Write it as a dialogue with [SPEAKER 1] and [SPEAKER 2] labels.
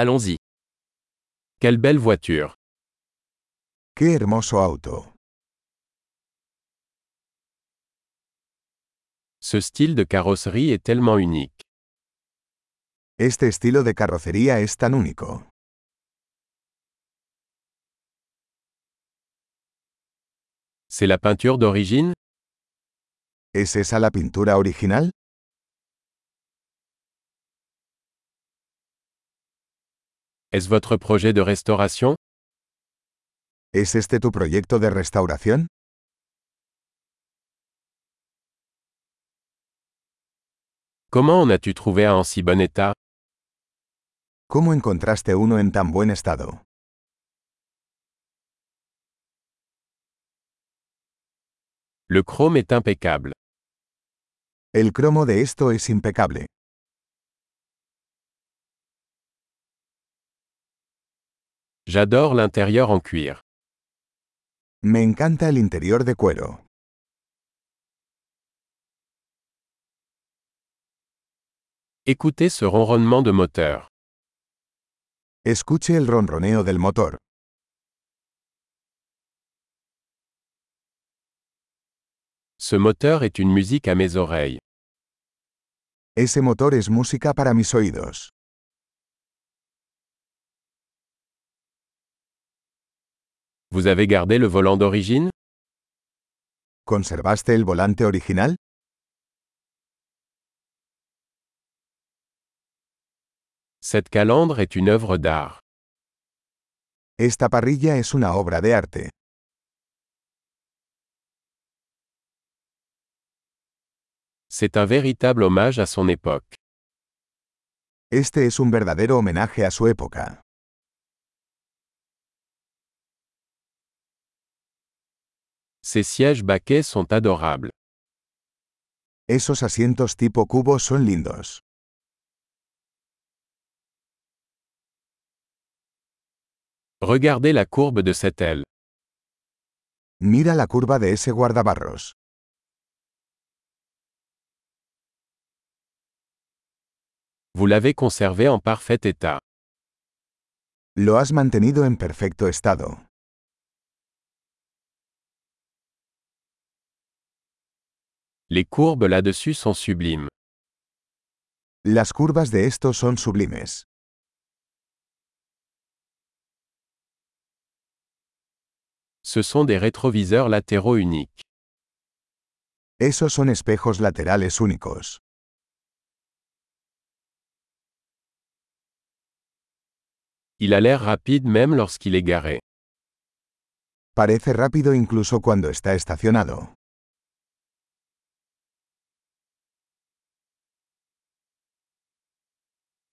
[SPEAKER 1] Allons-y. Quelle belle voiture.
[SPEAKER 2] Qué hermoso auto.
[SPEAKER 1] Ce style de carrosserie est tellement unique.
[SPEAKER 2] Este estilo de carrocería es tan único.
[SPEAKER 1] C'est la peinture d'origine
[SPEAKER 2] ¿Es esa la pintura original?
[SPEAKER 1] Est-ce votre projet de restauration
[SPEAKER 2] ¿Es este tu proyecto de restauración?
[SPEAKER 1] Comment en as-tu trouvé un en si bon état
[SPEAKER 2] ¿Cómo encontraste uno en tan buen estado?
[SPEAKER 1] Le chrome est impeccable.
[SPEAKER 2] El cromo de esto es impecable.
[SPEAKER 1] J'adore l'intérieur en cuir.
[SPEAKER 2] Me encanta el interior de cuero.
[SPEAKER 1] Écoutez ce ronronnement de moteur.
[SPEAKER 2] Escuche el ronroneo del motor.
[SPEAKER 1] Ce moteur est une musique à mes oreilles.
[SPEAKER 2] Ese motor es música para mis oídos.
[SPEAKER 1] Vous avez gardé le volant d'origine
[SPEAKER 2] ¿Conservaste el volante original?
[SPEAKER 1] Cette calandre est une œuvre d'art.
[SPEAKER 2] Esta parrilla es una obra de arte.
[SPEAKER 1] C'est un véritable hommage à son époque.
[SPEAKER 2] Este es un verdadero homenaje a su época.
[SPEAKER 1] Ces sièges baquets sont adorables.
[SPEAKER 2] Esos asientos tipo cubo son lindos.
[SPEAKER 1] Regardez la courbe de cette aile.
[SPEAKER 2] Mira la curva de ese guardabarros.
[SPEAKER 1] Vous l'avez conservé en parfait état.
[SPEAKER 2] Lo has mantenido en perfecto estado.
[SPEAKER 1] Les courbes là-dessus sont sublimes.
[SPEAKER 2] Las curvas de estos son sublimes.
[SPEAKER 1] Ce sont des rétroviseurs latéraux uniques.
[SPEAKER 2] Esos son espejos laterales únicos.
[SPEAKER 1] Il a l'air rapide même lorsqu'il est garé.
[SPEAKER 2] Parece rápido incluso cuando está estacionado.